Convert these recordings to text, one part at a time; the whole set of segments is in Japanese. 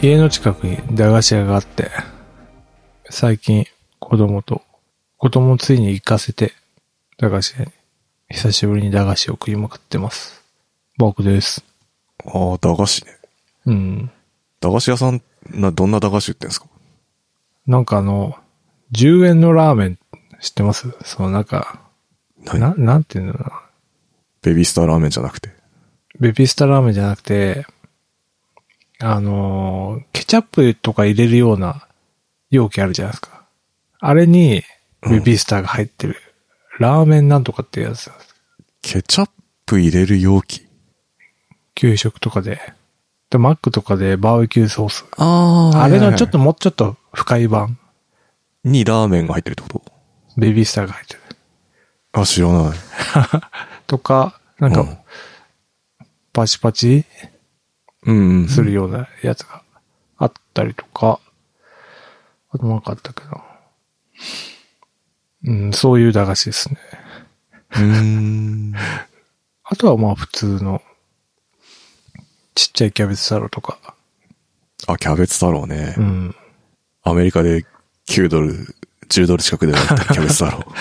家の近くに駄菓子屋があって、最近子供と、子供をついに行かせて、駄菓子屋に、久しぶりに駄菓子を食いまくってます。僕です。ああ、駄菓子ね。うん。駄菓子屋さん、な、どんな駄菓子売ってんですかなんかあの、10円のラーメン知ってますそのなんか、何な、なんていうんだろうな。ベビースターラーメンじゃなくて。ベビースターラーメンじゃなくて、あのーケチャップとか入れるような容器あるじゃないですか。あれに、ベビースターが入ってる。ラーメンなんとかっていうやつなんです。ケチャップ入れる容器。給食とかで。で、マックとかでバーベキューソース。ああれのちょっと。もうちょっと深い版。にラーメンが入ってるってこベビースターが入ってる。とあ、知らない。とか、なんうか、パチパチうんうん。するようなやつがあったりとか、あとなんかあったけど。うん、そういう駄菓子ですね。うーん。あとはまあ普通の、ちっちゃいキャベツ太郎とか。あ、キャベツ太郎ね。うん。アメリカで9ドル、10ドル近くで売 ってるキャベツ太郎。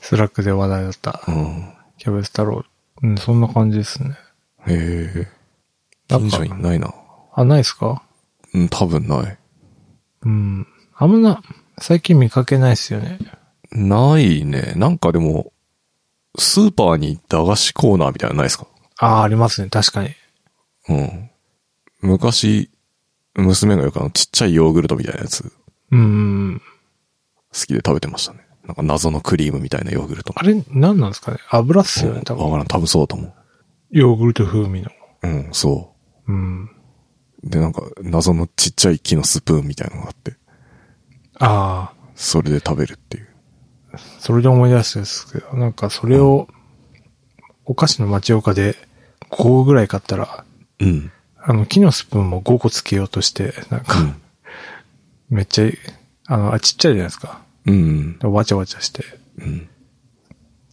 スラックで話題だったう。ん。キャベツ太郎。うん、そんな感じですね。へえ。なん近か所にないな。あ、ないですかうん、多分ない。うん。あんまな、最近見かけないですよね。ないね。なんかでも、スーパーに駄菓子コーナーみたいなのないですかああ、ありますね。確かに。うん。昔、娘がよくあの、ちっちゃいヨーグルトみたいなやつ、好うん。きで食べてましたね。なんか謎のクリームみたいなヨーグルト。あれ、何なんですかね油っすようね、ん多わ分。からん。多分そうだと思ヨーグルト風味の。う。うん、そうん。う。で、なんか、謎のちっちゃい木のスプーンみたいなのがあって、ああ。それで食べるっていう。それで思い出したんですけど、なんかそれを、お菓子の町岡で5個ぐらい買ったら、うん。あの、木のスプーンも5個つけようとして、なんうか、んめっちゃい、あの、あちっちゃいじゃないですか。うん。でわちゃわちゃして、うん。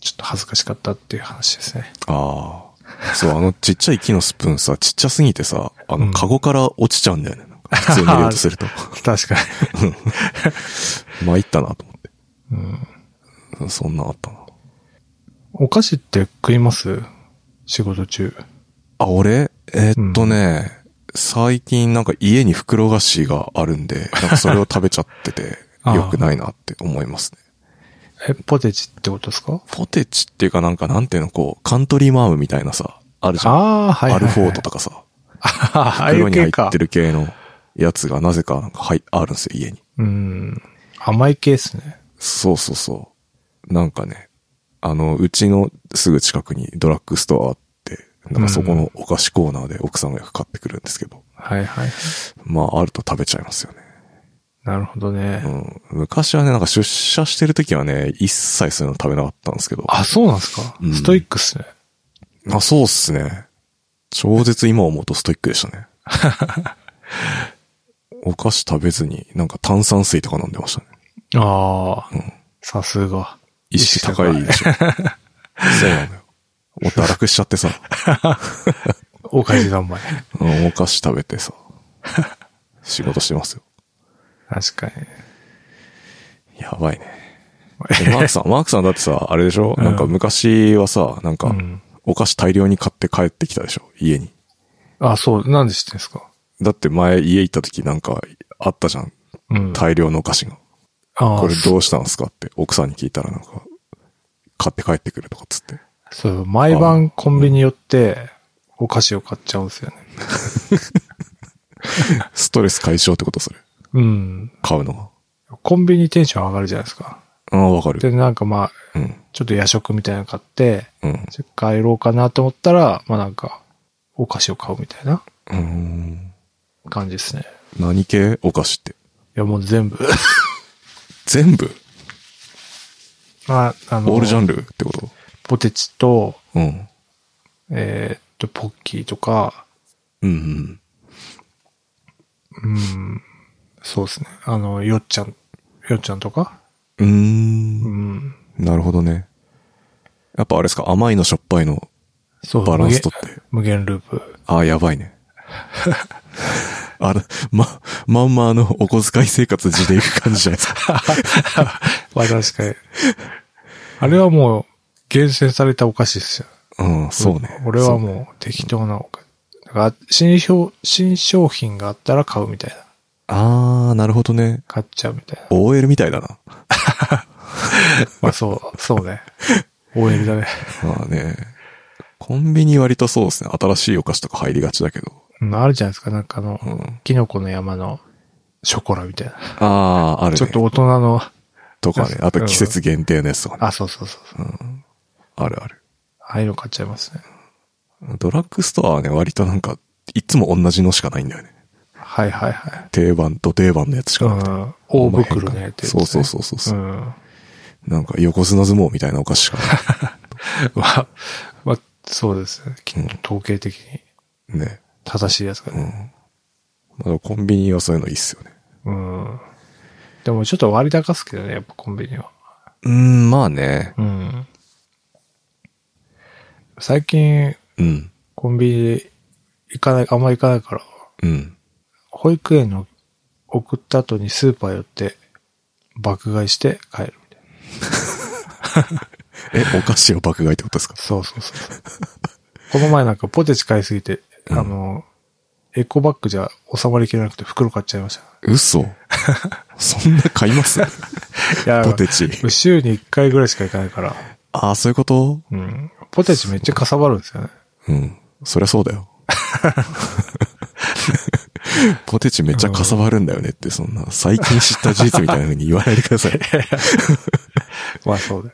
ちょっと恥ずかしかったっていう話です ね。ああ。そう、あのちっちゃい木のスプーンさ、ちっちゃすぎてさ、あうんの、カゴから落ちちゃうんだよね。なんか普通に入れようと すると。確かに。参ったなと思って。うん。そんなんあったな。お菓子って食います仕事中。あ、俺えーっとね、最近なんか家に袋菓子があるんで、なんかそれを食べちゃってて あ、あ良くないなって思いますね。え、ポテチってことですかポテチっていうかなんかなんていうの、こう、カントリーマームみたいなさ、あるじゃん。ああ、はいはい、はい。アルフォートとかさ、ああ、ああい 袋うに入系っかて。る系のやつがなぜかなんかはい、あるんですよ、家に。うん。甘い系ですね。そうそうそう。なんかね、あの、うちのすぐ近くにドラッグストアあって、なんかそこのお菓子コーナーで奥さんがよく買ってくるんですけど、はいはい。まああると食べちゃいますよね。なるほどね。うん。昔はね、なんか出社してる時はね、一切そういうの食べなかったんですけど。あ、そうなんですか、うんストイックっすね。あ、そうっすね。超絶今思うとストイックでした ね。お菓子食べずに、なんか炭酸水とか飲んでましたね。ああ、うんさすが。意識高いでしょ。そうなのよ。もう堕落しちゃってさ、おかじ 三昧。うんお菓子食べてさ、仕事してますよ。確かに。やばいね。えマーク さん、マークさんだってさ、あれでしょ、なんか昔はさ、なんうか、んお菓子大量に買って帰ってきたでしょ家に。あ、そう、なんで知ってんすかだって前家行った時なんかあったじゃん。うん。大量のお菓子が。あこあれ、どうしたんすかって奥さんに聞いたらなんか、買って帰ってくるとかっつって。そう、毎晩コンビニ寄って、お菓子を買っちゃうんですよね。ストレス解消ってことそれ。うん。買うのが。コンビニテンション上がるじゃないですか。ああ、わかる。で、なんかまあ、うん。ちょっと夜食みたいなの買って、うん。ちょっと帰ろうかなと思ったら、まあなんか、お菓子を買うみたいなうーん。感じですね。何系お菓子って。いや、もう全 部。全部まあ、あの、オールジャンルってことポテチと、うん。えーっと、ポッキーとか、うんううん。ん、そうですね。あの、よっちゃん、よっちゃんとかうー。うんん。なるほどね。やっぱあれですか甘いのしょっぱいのそうバランスとって。無限無限ループ。ああ、やばいね。あら、ま、まんまあの、お小遣い生活地で行く感じじゃないです か。まあ確かに。あれはもう、厳選されたお菓子ですよ。うん、そうね。俺はもう適当なお菓子。だから、新商、新商品があったら買うみたいな。あー、なるほどね。買っちゃうみたいな。 OL みたいだな。まあそう、そうね。OL だね。まあね。コンビニ割とそうですね。新しいお菓子とか入りがちだけど。うんあるじゃないですか。なんかあのう、ん。キノコの山のショコラみたいな。あー、あるね。ちょっと大人の、とかね。あと季節限定のやつとかね。あ、そうそうそうそう。あるある。ああいうの買っちゃいますね。ドラッグストアはね、割となんか、いつも同じのしかないんだよね。はいはいはい。定番、と定番のやつしうかなくて。ん。大袋のやつ、ね。そうそうそうそううそう。ん。なんか横綱相撲みたいなお菓子しかない。まあ、まあ、そうですね。きうん統計的に ね。正しいやつがうんね。。まあ、コンビニはそういうのいいっすよね。うん。でもちょっと割高っすけどね、やっぱコンビニは。うん、まあね。うん。最近、うん。コンビニで行かない、あんま行かないから、うん。保育園の送った後にスーパー寄って、爆買いして帰るみたいな。 え、お菓子を爆買いってことですかそうそうそうそう。この前なんかポテチ買いすぎて、あの、エコバッグじゃ収まりきれなくて袋買っちゃいまし嘘。 そんな買い ますた。いやポテチ。週に1回ぐらいしか行かないから、ああ、そういうことうん。ポテチめっちゃかさばるんですよね。うん。そりゃそうだ よ。ポテチめっちゃかさばるんだよねって、そんな、最近知った事実みたいな風に言わないでくだ さい。まあそうで。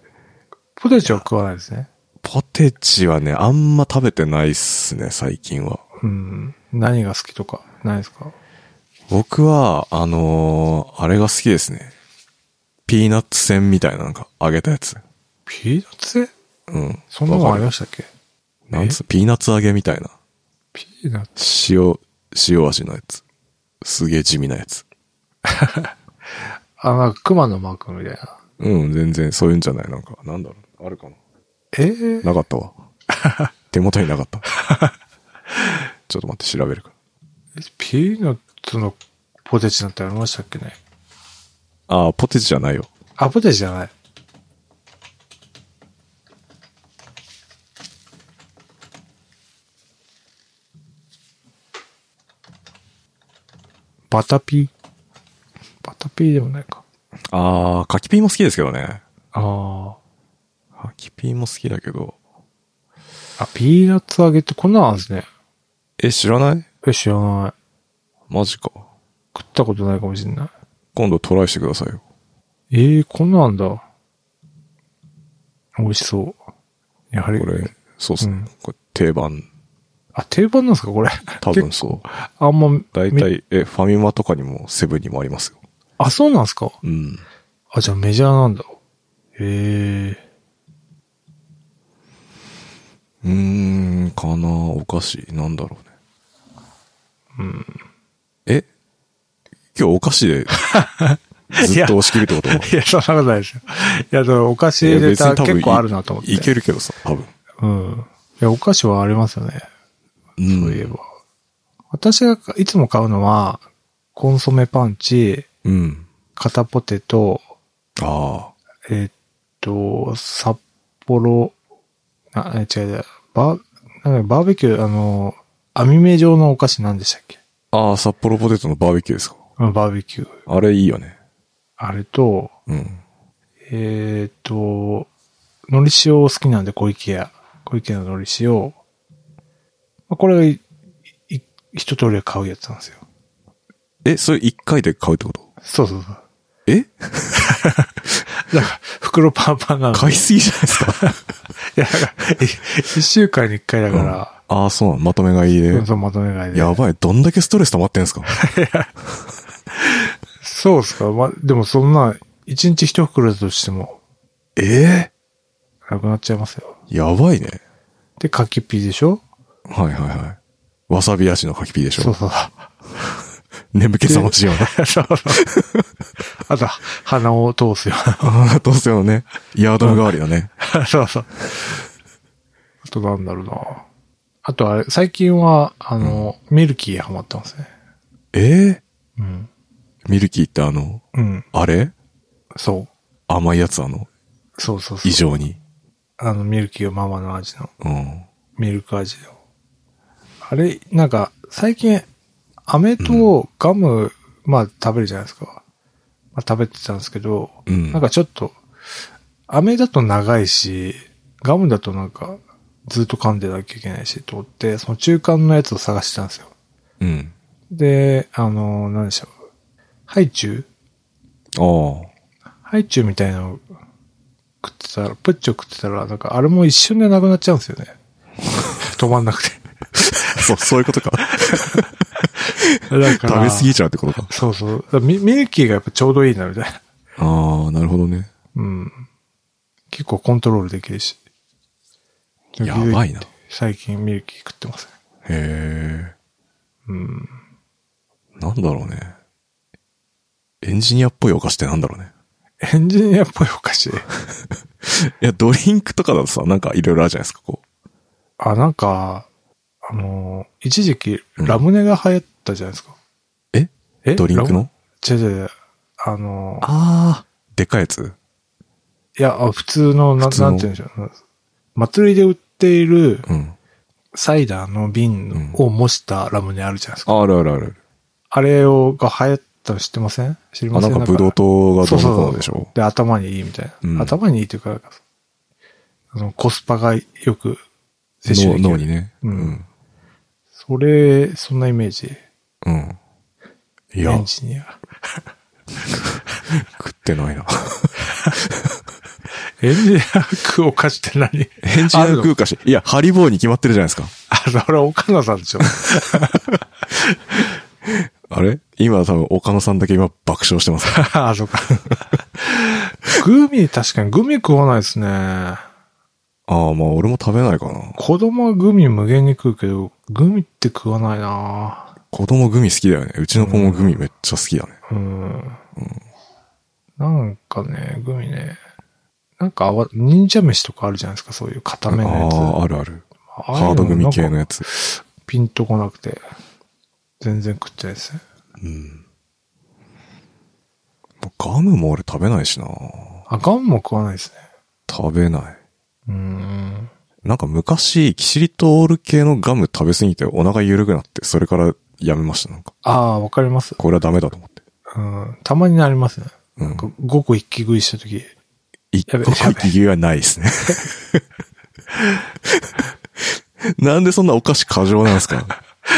ポテチは食わないですね。ポテチはね、あんま食べてないっすね、最近は。うん。何が好きとか、ないですか僕は、あのーあれが好きですね。ピーナッツせんみたいななんか、揚げたやつ。ピーナッツうん。そんなのありわかましたっけるなんつうピーナッツ揚げみたいな。ピーナッツ塩、塩味のやつ。すげえ地味なやつ。あ、なんか熊のマークみたいな。うん、全然そういうんじゃない。なんか、なんだろう。あるかな。ええなかった わ。手元になかった。ちょっと待って、調べるから。ピーナッツのポテチなんてありましたっけねああ、ポテチじゃないよ。あ、ポテチじゃない。バタピー。バタピーでもないか。ああ、柿ピーも好きですけどね。あ柿ピーも好きだけど。あ。あ、ピーナッツ揚げってこんなんあるんですね。え、知らないえ、知らない。マジか。食ったことないかもしんない。今度トライしてくださいよ。ええこんなんだ。美味しそう。やはり。これ、そうっすね。うんこれ定番。あ、定番なんですかこれ。多分そう。あんま、大み。体、え、ファミマとかにもセブンにもありますよ。あ、そうなんですかうん。あ、じゃあメジャーなんだ。へえ。うーん、かなお菓子、なんだろうね。うん。え今日お菓 子で、ずっと押し切るってこといや、そんなことないですよ。いや、それお菓子ネタ結構あるなと思って。いけるけどさ、多分。うん。いや、お菓子はありますよね。うん。そういえば。私がいつも買うのは、コンソメパンチ、うん。片ポテト、あえーっと、札幌、あ、え違う違う、バー、なんかバーベキュー、あの、網目状のお菓子なんでしたっけあ。ああ、札幌ポテトのバーベキューですか。あのバーベキュー。あれいいよね。あれと、うん。えーっと、海苔塩好きなんで、小池屋。小池屋の海苔塩。まあ、これがいい一通り買うやつなんですよ。え、それ一回で買うってことそうそうそう。えなんか、袋パンパンなの。買いすぎじゃないですか。いや、なんかい一週間に一回だかああ、そうなの。まとめ買いら、でうん、。そうまとめ買いで。やばい。どんだけストレス溜まってんすかそうっすか。まあ、でもそんな、一日一袋だとしても、ええなくなっちゃいますよ。やばいね。で、柿ピーでしょはいはいはい。わさび味の柿ピーでしそうょそう。眠気覚ましような。そうそう。あと、鼻を通すよ。ああ、 どうせよね。ヤードの代わりだね。 そうそう。あとなんだろうな。あとあれ、最近は、あの、ミルキーハマってますね。えうん。ー、ミルキーってあの、うん。あれそ甘いやつあの、う。そうそうそう。異常に。あの、ミルキーをママの味の、うん。ミルク味の。あれ、なんか、最近、飴とガム、まあ食べるじゃないですか。まあ食べてたんですけど、うん。なんかちょっと、飴だと長いし、ガムだとなんか、ずっと噛んでなきゃいけないし、と思って、その中間のやつを探してたんですよ。うん。で、あの、何でしょう。ハイチュウあハイチュウみたいなのを食ってたら、プッチョ食ってたら、なんかあれも一瞬でなくなっちゃうんですよ ね。止まんなくて。あ。そう、そういうこと か。だか食らべ過ぎちゃうってことか。そうそう。だからミミルキーがやっぱちょうどいいな、みたいな。ああ、なるほどね。うん。結構コントロールできるし。やばいな。最近ミルキー食ってますね。へうん。え。なんだろうね。エンジニアっぽいお菓子ってなんだろうね。エンジニアっぽいお菓子。いや、ドリンクとかだとさ、なんかいろいろあるじゃないですか、こあ、なんか、あのー一時期ラムネが流行ったじゃないですか。う。ええドリンクラムの違う違う。あのーああ。でっかいやついや、あ普通の、な普通のなんて言うんでしょう。祭りで売っているうん。サイダーの瓶を模したラムネあるじゃないですか。あるあるある。あれを、が流行ったの知ってません知りあ、まなせんんかブドウ糖がそどううのこそううのでしょで、頭にいいみたいな。うん頭にいいというか、あのコスパがよく摂取で脳きる脳にね。うんうん。それ、そんなイメージ。うん。いエやン、ジニア。食ってないな。エンジニア食うお菓子って何エンジニア食う菓子。いや、ハリボーに決まってるじゃないですか。 あ、それ岡野さんでしょ。あれ今多分岡野さんだけ今爆笑し てます。あ、 そうか。グミ、確かにグミ食わないですね。ああ、まあ俺も食べないかな。子供はグミ無限に食うけど、グミって食わないな子供グミ好きだよね。うちの子もグミめっちゃ好きだね。うん。なんかね、グミね。なんかあわ、忍者飯とかあるじゃないですか、そういう固めのやつ。ああ、あるある。ああいうハードグミ系なんのかやつ。ピンとこなくて。全然食ってないですね。うん。ガムも俺食べないしな。あ、ガムも食わないですね。食べない。うん。なんか昔、キシリトール系のガム食べ過ぎてお腹緩くなって、それからやめました。なんか、ああ、わかります。これはダメだと思って。うん。たまになりますね。うなんんか。5個一気食いした時一個やべやべ一気はない ですね。なんでそんなお菓子過剰なんですか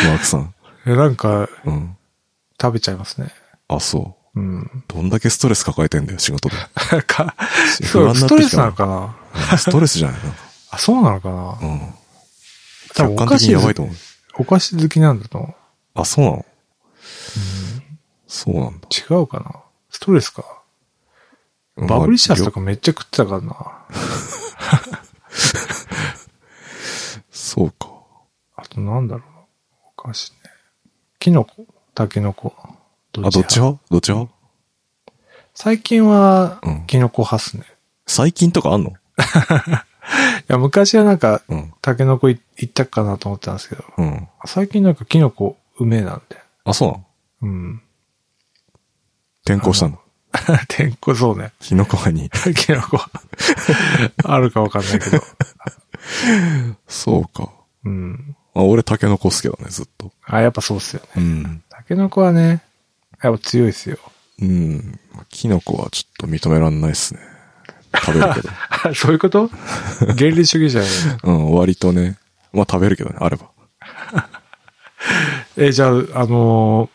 マークさん。えなんか、うん。食べちゃいますね。あ、そううん。。どんだけストレス抱えてんだよ、仕事で。か、不そ安う、になストってきたなレスなのかなストレスじゃないなあ、そうなのかな。うん。多客分お観菓的に子やば好いきと思う。お菓子好きなんだと思あ、そうなの、そうなんだ。う。違うかな。ストレスか。バブリシャスとかめっちゃ食ってたからな。そうか。あとなんだろうな。お菓子ね。キノコタケノコどあ、どっ派ち派どっち派最近はうん、キノコ派っすね。最近とかあんのいや、昔はなんか、うん。タケノコいいったかなと思ったんですけど、うん。最近なんかキノコうめえなんで。あ、そうなのうん。 転校したのてんこそうね。キノコ派に。キノコ。 あるかわかんないけど。 そうか。うん。あ俺、タケノコ好きだね、ずっと。あ、やっぱそうっすよね。うん。タケノコはね、やっぱ強いっすよ。 うん。キノコはちょっと認めらんないっすね。食べるけ ど。あそういうこと原理主義者ゃね。うん、割とね。まあ食べるけどね、あれば。 え、じゃあ、あのー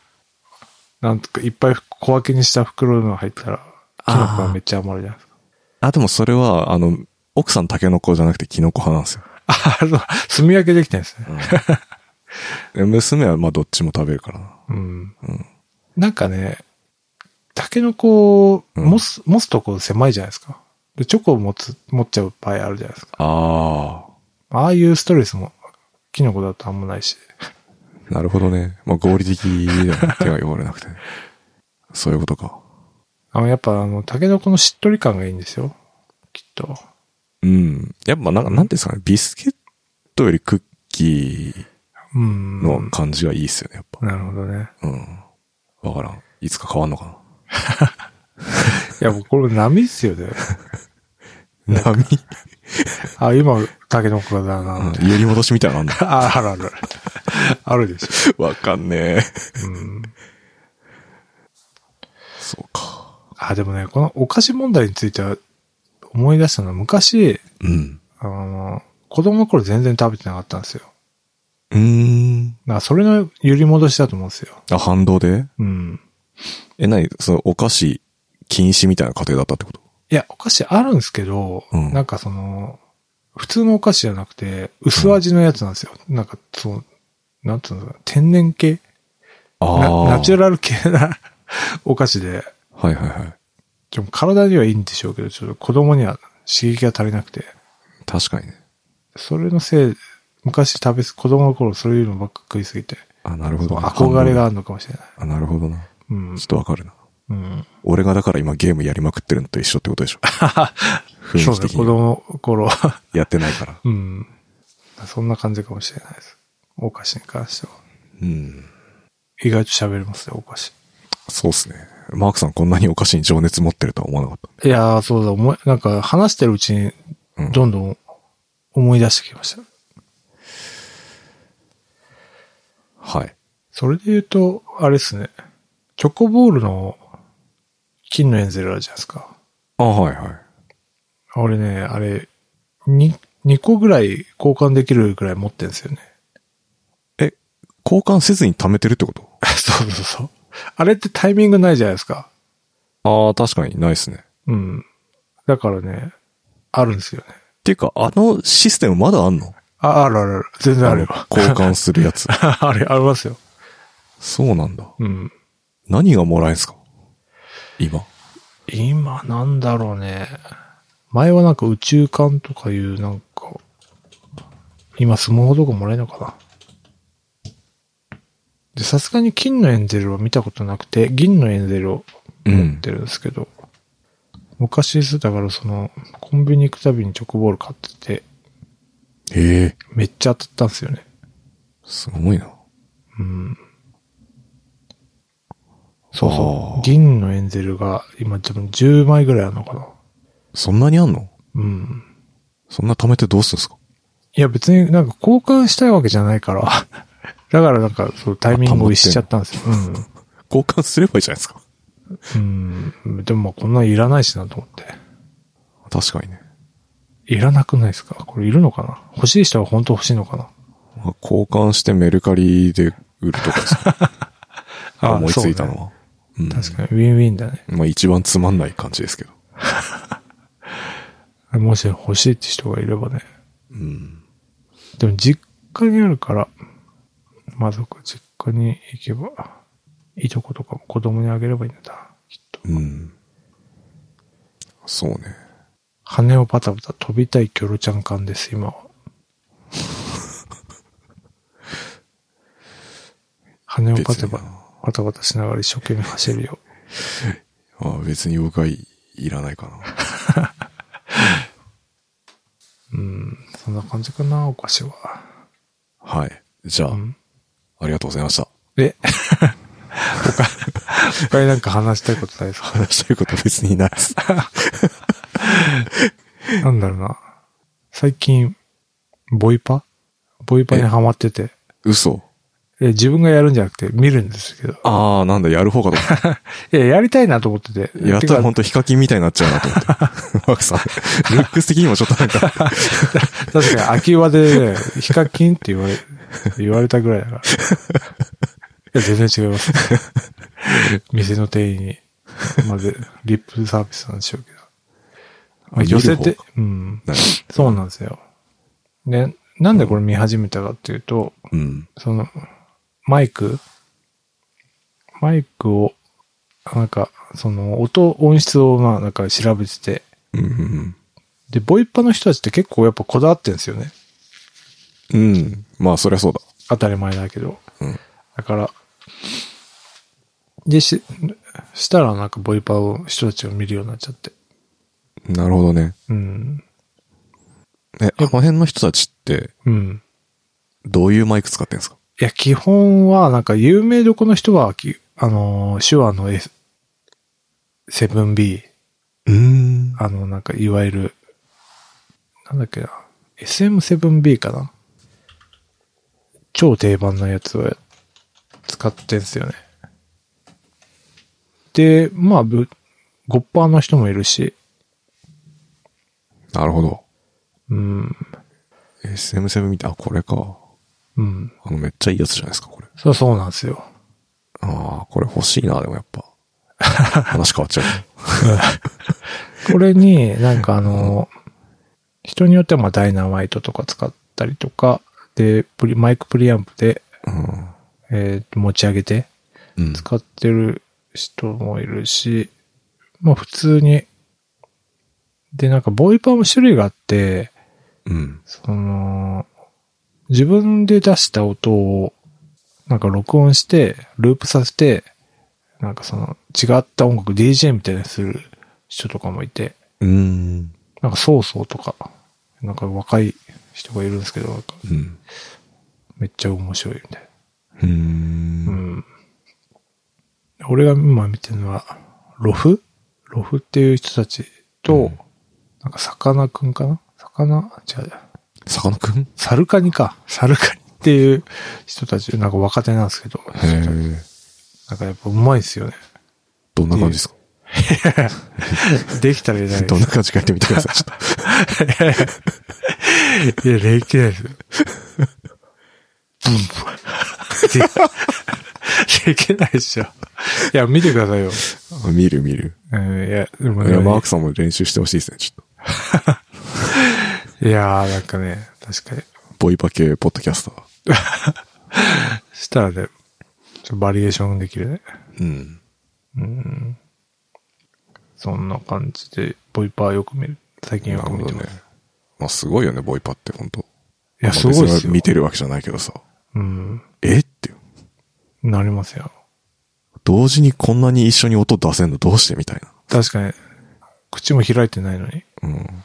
なんとか、いっぱい小分けにした袋の入ったら、キノコがめっちゃ余るじゃないですか。あ、でもそれは、あの、奥さんタケノコじゃなくてキノコ派なんですよ。 あ、そう、炭焼けできてるんですね。で 娘はまあどっちも食べるからな。うん。なんかね、タケノコ、うん持つ、持つとこ狭いじゃないですか。で、チョコを持つ、持っちゃう場合あるじゃないですか。あああいうストレスも、キノコだとあんまないし。あ。なるほどね。まあ合理的だよね。手が汚れな くてね。そういうことか。あの、やっぱあの、タケノコのしっとり感がいいんですよ。きっと。うん。やっぱなんか、なんていうんですかね、ビスケットよりクッキーうん。の感じがいいっすよね、やっぱ。なるほどね。うん。わからん。いつか変わんのかいや、もうこれ波っすよね。な。波、あ、今、タケノコだな、みたいな。。うん、揺り戻しみたいなのあんだ あ、あるあるある。あるでしわかんねえ。ょ。うん。そうか。あ、でもね、このお菓子問題については思い出したのは昔、うん。あの、子供の頃全然食べてなかったんですよ。うーだん。からそれの揺り戻しだと思うんですよ。あ、反動でうん。え、なに、その、お菓子禁止みたいな家庭だったってこといや、お菓子あるんですけど、うんなんかその、普通のお菓子じゃなくて、薄味のやつなんですよ。なんか、そう、なんつうのかな、天然系あなあ。ナチュラル系な お菓子で、はいはいはい。ちょ体にはいいんでしょうけど、ちょっと子供には刺激が足りなくて、確かにね。それのせい、昔食べす、子供の頃そういうのばっか食いすぎて、あ、なるほそどうな。憧れがあるのかもしれない。あ、なるほどな。うんちょっ。とわかるな。うん。俺がだから今ゲームやりまくってるのと一緒ってことでしょ。雰そう囲気ね、的子に供の頃は。やってないから。うん。そんな感じかもしれないです。お菓子に関しては。うん。意外と喋れますよ、お菓子。そうっすね。マークさんこんなにお菓子に情熱持ってるとは思わなかっいやー、そうだ、思い、なんか話してるうちにう、んどんどん思い出してきました。た。はい。それで言うと、あれですね。チョコボールの金のエンゼルあるじゃないですか。あ、はいはい。俺ね、あれ、に、2個ぐらい交換できるぐらい持ってんですよね。交換せずに貯めてるってこと そうそうそう。あれってタイミングないじゃないですか。ああ、確かにないっすね。っうん。だからね、あるんですよね。ていうか、あのシステムまだあんのあ、あるあるある。全然あるよ。。の交換するや つ あれ、ありますよ。そうなんだ。うん。何がもらえんすか今。今なんだろうね。前はなんか宇宙艦とかいうなんか、今スマホとかもらえるのかな。で、さすがに金のエンゼルは見たことなくて、銀のエンゼルを持ってるんですけど、昔です。だからその、コンビニ行くたびにチョコボール買ってて、へえ、めっちゃ当たったんですよね。すごいな。うん。そうあそーう。銀のエンゼルが今多分10枚ぐらいあるのかな。そんなにあんのうん。そんな貯めてどうするんですかいや別になんか交換したいわけじゃないから。 だからなんかそうタイミングを逸しちゃったんですよ。交換すればいいじゃないですか。うん。うん。でもまあこんなんいらないしなと思って。確かにね。いらなくないですかこれいるのかな欲しい人は本当欲しいのかなまあ交換してメルカリで売るとかですかあ思いついたのは。うん確かにウィンウィンだね。まあ一番つまんない感じですけど。もし欲しいって人がいればね。うん。でも実家にあるから、まずか実家に行けば、いとことかも子供にあげればいいんだな。きっと。うん。そうね。羽をバタバタ飛びたいキョロちゃん感です、今は。羽をバタバ別にタ、バタバタしながら一生懸命走るよ。あ別に僕はい、いらないか な。うん、そんな感じかな、お菓子は。はい。じゃあ、うん。ありがとうございました。 え 他、他になんか話したいことないですか話したいことは別にない です。なんだろうな。最近、ボイパボイパにハマってて。嘘え自分がやるんじゃなくて見るんですけど。ああ、なんだ、やる方かと思 った。いや、やりたいなと思ってて。やってたらかほんとヒカキンみたいになっちゃうなと思って。 マークさん、ルックス的にもちょっとなんか、確かに、秋葉で、ね、ヒカキンって言われ、言われたぐらいだから。いや、全然違います。店の店員に、まで、リップサービスなんでしょうけど。まあ、寄せて、うん。なんかそうなんですよ。で、なんでこれ見始めたかっていうと、うん。その、マイクマイクを、なんか、その、音、音質を、まあ、なんか調べてて、うんうんで、ボイパの人たちって結構やっぱこだわってんですよね。うん。うん。まあ、そりゃそうだ。当たり前だけど。うん。だから、で、し、したらなんかボイパーを、人たちを見るようになっちゃって。なるほどね。うん。え、あの辺の人たちって、うん。どういうマイク使ってんですかいや、基本はなんか有名どこの人は、きあのー、手話の S、7B、うーん。あの、なんか、いわゆる、なんだっけな、SM7B かな超定番なやつを使ってんすよね。で、まあ、ぶ、ゴッパーの人もいるし、なるほど。うん、 SM7 見て、あ、これか。うん。あの、めっちゃいいやつじゃないですか、これ。そうそうなんですよ。ああ、これ欲しいな、でもやっぱ。 話変わっちゃう。これに、なんかあの、人によってはまあダイナマイトとか使ったりとか、で、プリマイクプリアンプで、えー持ち上げてうん。うん。使ってる人もいるし、まあ普通に、で、なんかボイパーも種類があって、うん。その、自分で出した音を、なんか録音して、ループさせて、なんかその、違った音楽、DJ みたいにする人とかもいて、うーん。なんかソーソーとか、なんか若い人がいるんですけど、なんかうん。めっちゃ面白いみたいな。うー。うんん。俺が今見てるのは、ロフロフっていう人たちと、うんなんか魚くんかな魚違う。さかなクンサルカニか。サルカニっていう人たち、なんか若手なんですけど、へえ。なんかやっぱうまいです よね。どんな感じですかできたらいないどんな感じかやってみてください。ちょっいや、できないですよ。ブ ンできないでしょ。いや、見てくださいよ。とあ見る見る。うん、いや、でもいねや、マークさんも練習してほしいですね。ちょっいやー、なんかね、確かに。と。ボイパ系ポッドキャスター。したらね、ちょバリエーションできるね。うん。うん。そんな感じで、ボイパーよく見る。最近なよるくほ見てどまねす。。まあ、すごいよね、ボイパって、本当いや、すごいですよ。見てるわけじゃないけどさ。うん。えって。なりますよ。同時にこんなに一緒に音出せんのどうしてみたいな。確かに、口も開いてないのに。うん。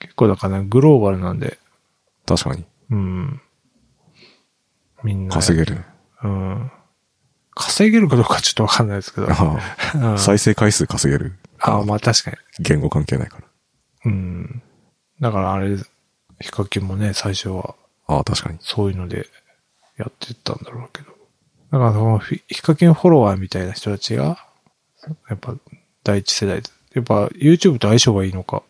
結構だからね、グローバルなんで、確かに。うん。みんな。稼げるね。うん。稼げるかどうかちょっとわかんないですけど。あうん あ再生回数稼げる。あ、まあ確かに。言語関係ないから。うん。だからあれ、ヒカキンもね、最初はああ、確かに。そういうのでやってたんだろうけど。だからそのヒヒカキンフォロワーみたいな人たちが、やっぱ第一世代で。やっぱ YouTube と相性がいいのか。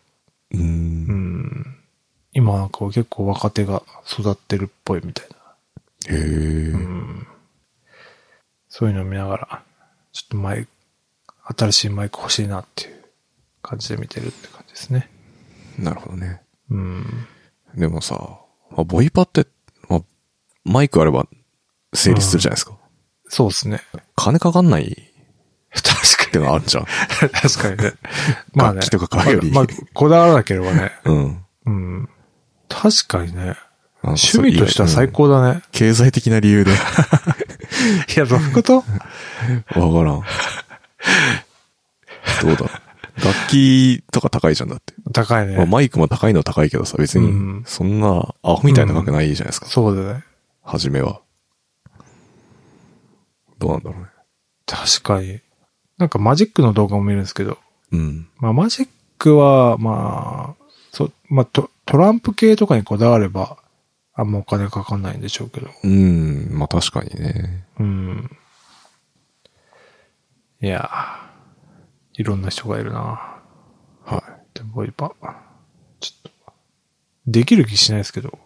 うー。うんん。今なんかは結構若手が育ってるっぽいみたいな。へえう。んそういうのを見ながら、ちょっとマイク、新しいマイク欲しいなっていう感じで見てるって感じですね。なるほどね。うん。でもさ、まあ、ボイパって、まあ、マイクあれば成立するじゃないですか。そうですね。 金かかんないっ確てのある じゃん。かに。確かにね。まあね。 楽器とか買うよりまあ、まあこだわらなければね。うん。うん。確かにね。なんか趣そう味としては最。うん高だね。経済的な理 由で。わいや、どういうことからん。どうだろう楽器とか高いじゃんだって。 高いまね。あ、マイクも高いのは高いけどさ、別うんに、そんな、アホみたいな額ないじゃないですか。そうだね。初めは。どうなんだろうね。確かに。なんかマジックの動画も見るんですけど、うん。まあ、マジックは、まあ、そ、まあト、トランプ系とかにこだわれば、あんまお金かかんないんでしょうけど。うん、まあ確かにね。うん。いやー、いろんな人がいるなはでも、ボイパ。ちょっと、できる気しないですけど。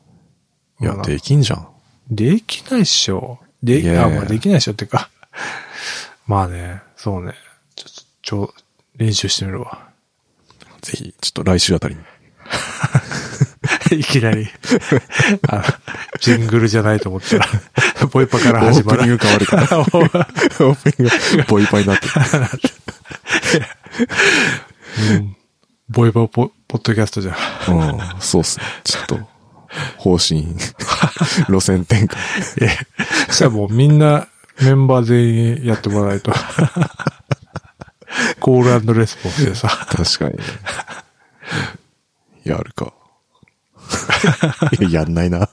い。いやま、あできんじゃん。できないっしょ。いで、やあ、まあ、できないっしょってか。 まあね、そうね。ちょっと、ちょ、練習してみる わ。ぜひ、ちょっと来週あたりに。いきなり、あの、ジングルじゃないと思ったら、ボイパから始まオープニンる。グ変わる から。オープニング、ボイパになってる。うんボイパポポッドキャストじゃん。いうん、そうっすね。ちょっと、方針、路線転換。やそしたらもうみんな、メンバー全員やってもらわないと。コールレスポンスでさ。確かにね。やるか。いややんないな。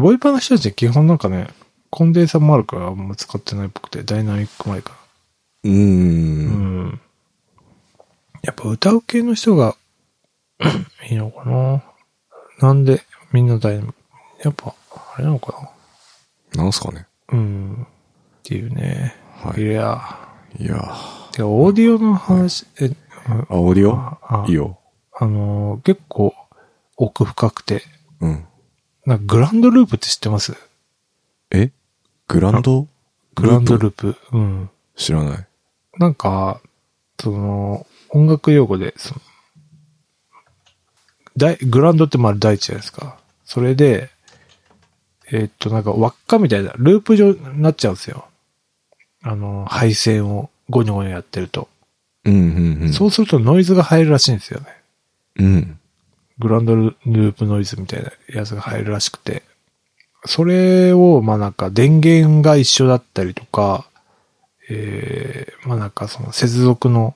ボイパの人たち基本なんかね、コンデンサーマルクはあんま使ってないっぽくて、ダイナミックマイクかうー。な。うんん。やっぱ歌う系の人が いいのかななんでみんなダイナミック。やっぱ、あれなのかなんすかね。なうん。っていうね。、はいい。やいやーあ、てかオーディオの話、え、オーディああオいいよ。あのー結構奥深くて、うん。なんかグランドループって知ってますえグランドグランドルーループ。うん。プ知らない。なんか、その、音楽用語で、その、大グランドってまあ大地じゃないですか。それで、えっと、なんか輪っかみたいな、ループ状になっちゃうんですよ。あの、配線をゴニョゴニョやってると。うんうんうん。そうするとノイズが入るらしいんですよね。うん。グランドループノイズみたいなやつが入るらしくて、それを、まあなんか電源が一緒だったりとか、えー、まあなんかその接続の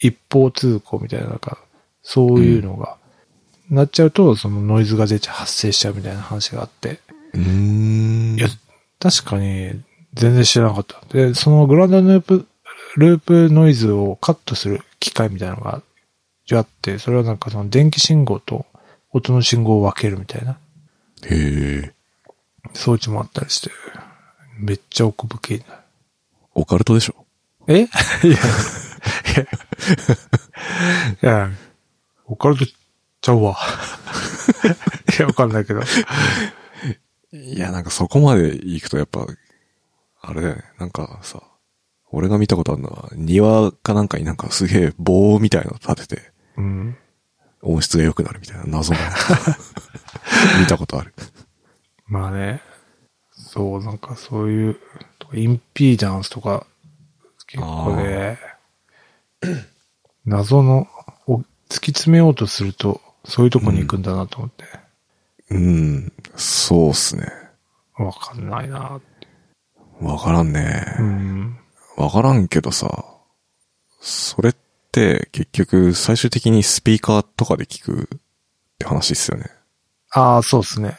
一方通行みたいな、なんか、そういうのが、なっちゃうと、そのノイズが出ちゃ、発生しちゃうみたいな話があって、うーん。いや、確かに全然知らなかった。で、そのグランドループ、ループノイズをカットする機械みたいなのがあって、それはなんかその電気信号と音の信号を分けるみたいなへえ。装置もあったりして、めっちゃ奥深いな。オカルトでしょえ いや、いや、いや、オカルトちゃうわ。 いや、わかんないけど。いや、なんかそこまで行くとやっぱ、あれだよね。なんかさ、俺が見たことあるのは、庭かなんかになんかすげえ棒みたいなの立てて、うん。音質が良くなるみたいな 謎の。見たことある。まあね、そう、なんかそういう、とかインピーダンスとか、結構ね、謎のを突き詰めようとすると、そういうとこに行くんだなと思って、うん。そうっすね。わ、かんないなって。わからんね。うん。わからんけどさ、それって結局最終的にスピーカーとかで聞くって話っすよね。ああ、そうですね。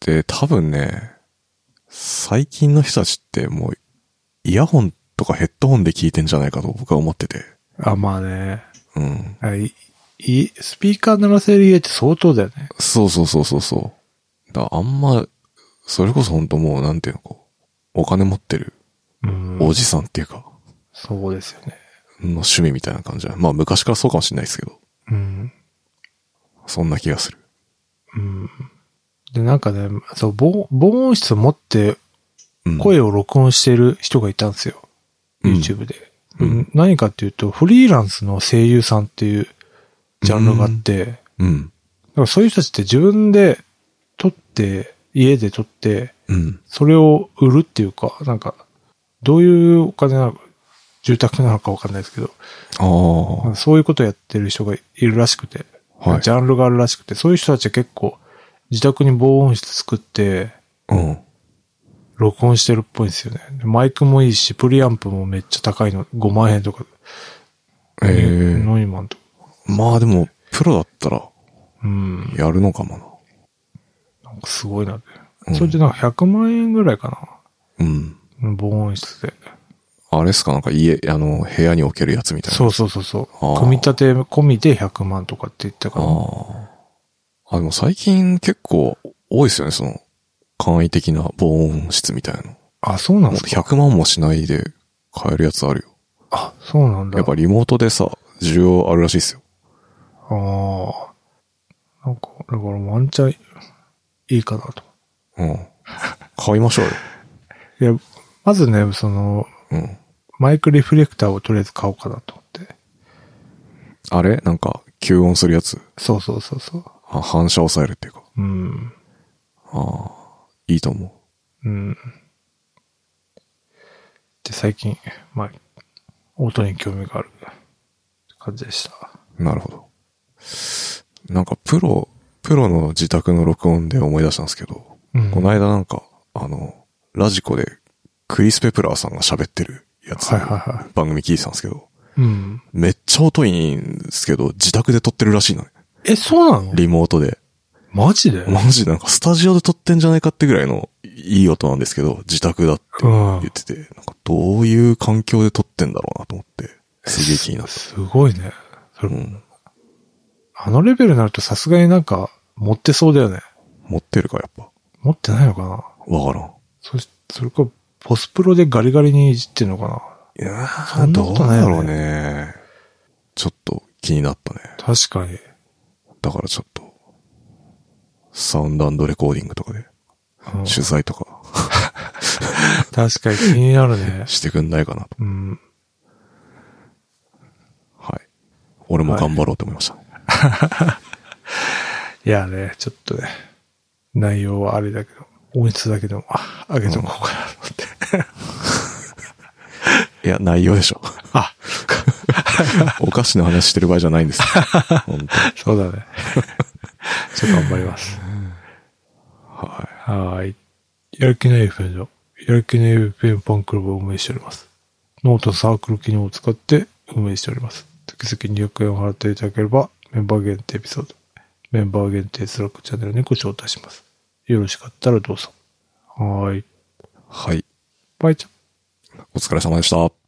で、多分ね、最近の人たちってもうイヤホンとかヘッドホンで聞いてんじゃないかと僕は思ってて。あまあね、うん。あいいスピーカー鳴らせる家って相当だよね。そうそうそうそうそう。だあんま、それこそ本当もうなんていうのこう、お金持ってるうん。おじさんっていうか、そうですよね。の趣味みたいな感じだ。まあ昔からそうかもしれないですけど、うん。そんな気がする。うん。で、なんかね、そう、防防音室を持ってうん、声を録音してる人がいたんですよ。うん YouTube で。うんうん何かっていうと、フリーランスの声優さんっていうジャンルがあって、だうん。からそういう人たちって自分で撮って、家で撮って、うん。それを売るっていうか、なんか、どういうお金なのか、住宅なのかわかんないですけど、ああ。まあそういうことをやってる人がいるらしくて、はいジャンルがあるらしくて、そういう人たちは結構自宅に防音室作って、うん。録音してるっぽいんですよね。でマイクもいいし、プリアンプもめっちゃ高いの、5万円とか、ええノイマンとか。まあでも、プロだったら、うん。やるのかもなんかすごいなって。うんそれでなんか100万円ぐらいかな。うん。な。防音室で。あれっすかなんか家、あの、部屋に置けるやつみたいな。。そううそうそうそうあ。ー組み立て込みで100万とかって言ったから。ああ。あ、でも最近結構多いですよね、その、簡易的な防音室みたいなの。あそうなんもうですか。 100万もしないで買えるやつあるよ。あ、そうなんだ。やっぱリモートでさ、需要あるらしいですよ。ああ。なんか、だからワンチャンいいかなと。 うん。買いましょうよ。いや、まずね、その、うん。マイクリフレクターをとりあえず買おうかなと思って。あれなんか、吸音するやつ。そうそうそうそう。あ反射抑えるっていうか。うん。ああ。いいと思う。うん。で、最近、まあ、音に興味がある感じでした。なるほど。なんかプロ、プロの自宅の録音で思い出したんですけど、うんこの間なんか、あの、ラジコでクリス・ペプラーさんが喋ってるやつ、はいはいは番組聞いてたんですけど、うん。めっちゃ音いいんですけど、自宅で撮ってるらしいのね。え、そうなのリモートで。マジでマジでなんかスタジオで撮ってんじゃないかってぐらいのいい音なんですけど、自宅だってうん言ってて、なんかどういう環境で撮ってんだろうなと思って、すげえ気になった。すごいね。そうれん。あのレベルになるとさすがになんか、持ってそうだよね。持ってるか、やっぱ。持ってないのかなわからん。そし、それか、ポスプロでガリガリにいじってんのかないやそー、んなどこうとないだよねろうね。ちょっと気になったね。確かに。だからちょっと、サウンドレコーディングとかで、うん取材とか。確かに気になるねしてくんないかなと。うん。はい。俺も頑張ろうと思いました。いやね、ちょっとね、内容はあれだけど、音質だけでも、あ上げとこうかなと思って。いや、内容でしょ。あ、 お菓子の話してる場合じゃないんですよ。本当にそうだね。 ちょっと頑張ります。ははーい。やる気ない FM の、やる気ない FM ファンクラブを運営しております。ノートサークル機能を使って運営しております。月々200円を払っていただければ、メンバー限定エピソード、メンバー限定スラックチャンネルにご招待します。よろしかったらどうぞ。はーい。い。はい。バイチャお疲れ様でした。